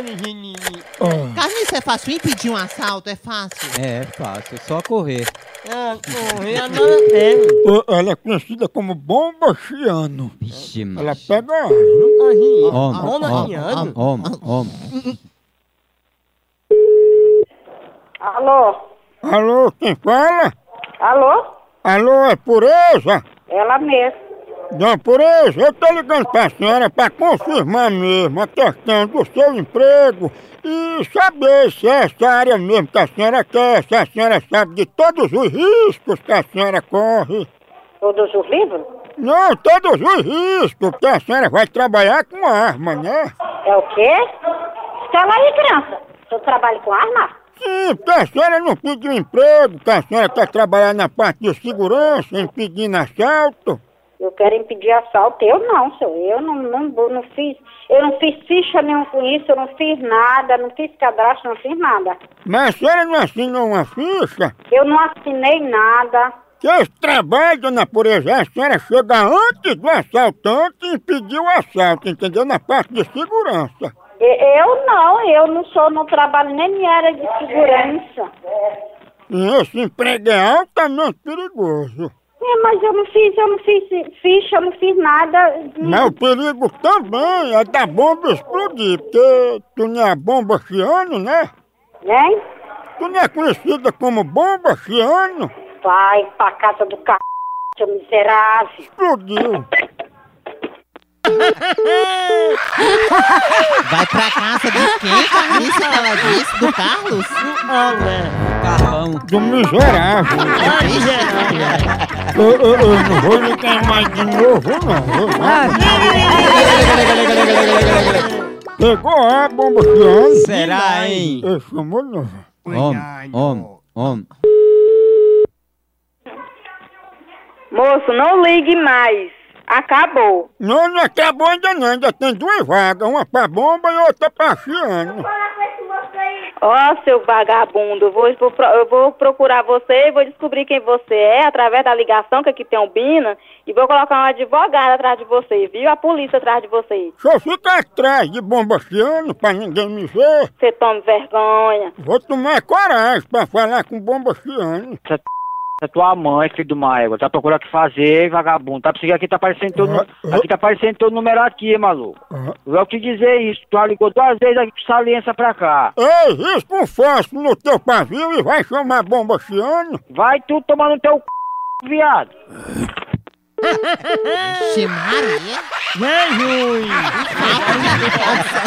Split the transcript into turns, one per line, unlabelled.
Ah.
Carniça, é fácil impedir um assalto? É fácil?
É, fácil, é só correr.
Ah, correr não tem.
Ô, Ela é conhecida como bomba chiano.
Vixe,
Ela
macho.
pega.
Homem,
A bomba
homem,
chiano?
Homem, homem.
Alô?
Alô, quem fala?
Alô?
Alô, é pureza?
Ela mesmo.
Dona Pureza, eu tô ligando pra senhora pra confirmar mesmo a questão do seu emprego e saber se é essa área mesmo que a senhora quer, se a senhora sabe de todos os riscos que a senhora corre.
Todos os livros?
Não, todos os riscos, porque a senhora vai trabalhar com arma, né?
É o quê? Cala aí, criança. Eu trabalho com arma?
Sim, porque a senhora não pediu emprego, que a senhora quer trabalhar na parte de segurança, impedindo assalto.
Eu quero impedir assalto. Eu não, senhor. Eu não, não, não fiz. Eu não fiz ficha nenhuma com isso, eu não fiz nada, não fiz cadastro, não fiz nada.
Mas a senhora não assinou uma ficha?
Eu não assinei nada.
Que esse trabalho, dona Pureza, a senhora chega antes do assaltante e impediu o assalto, entendeu? Na parte de segurança.
E- Eu não, eu não sou, não trabalho nem minha área de segurança.
E esse emprego é altamente perigoso.
É, mas eu não fiz, eu não fiz ficha, eu não fiz nada.
Mas o perigo também é da bomba explodir, porque tu não é a bomba chiano, né?
Hein?
Tu não é conhecida como bomba chiano?
Vai pra casa do c... seu miserável.
Explodiu.
Vai pra casa de quem, Carniça, que ela disse? Do Carlos?
Ah, né?
Carlão.
Do miserável.
Ah, miserável.
Eu, eu- eu não vou ligar mais de novo, não. Eu- Pegou a bomba chiano?
Será, hein?
Eu chamo não.
Homem, homem, homem.
Moço, não ligue mais. Acabou.
Não, não acabou ainda não, ainda tem duas vagas, uma pra bomba e outra pra chiano.
Ó, seu vagabundo, eu vou, vou pro- eu vou procurar você e vou descobrir quem você é através da ligação que aqui tem um Bina e vou colocar um advogado atrás de você, viu? A polícia atrás de você.
Se eu ficar atrás de bomba chiano pra ninguém me ver,
Você tome vergonha.
vou tomar coragem pra falar com bomba chiano.
É tua mãe, filho do Maego. Tá procurando o que fazer, vagabundo. Tá precisando aqui, tá aparecendo teu, nu-
Ah, ah.
aqui tá aparecendo teu número aqui, maluco.
Ah.
Eu vou te dizer isso. Tu já ligou duas vezes aqui de saliência pra cá.
Ei, risca um fósforo no teu pavio e vai chamar bomba chiano?
Vai tu tomar no teu c... viado.
Vixe, Maria.
Jesus.
Papo de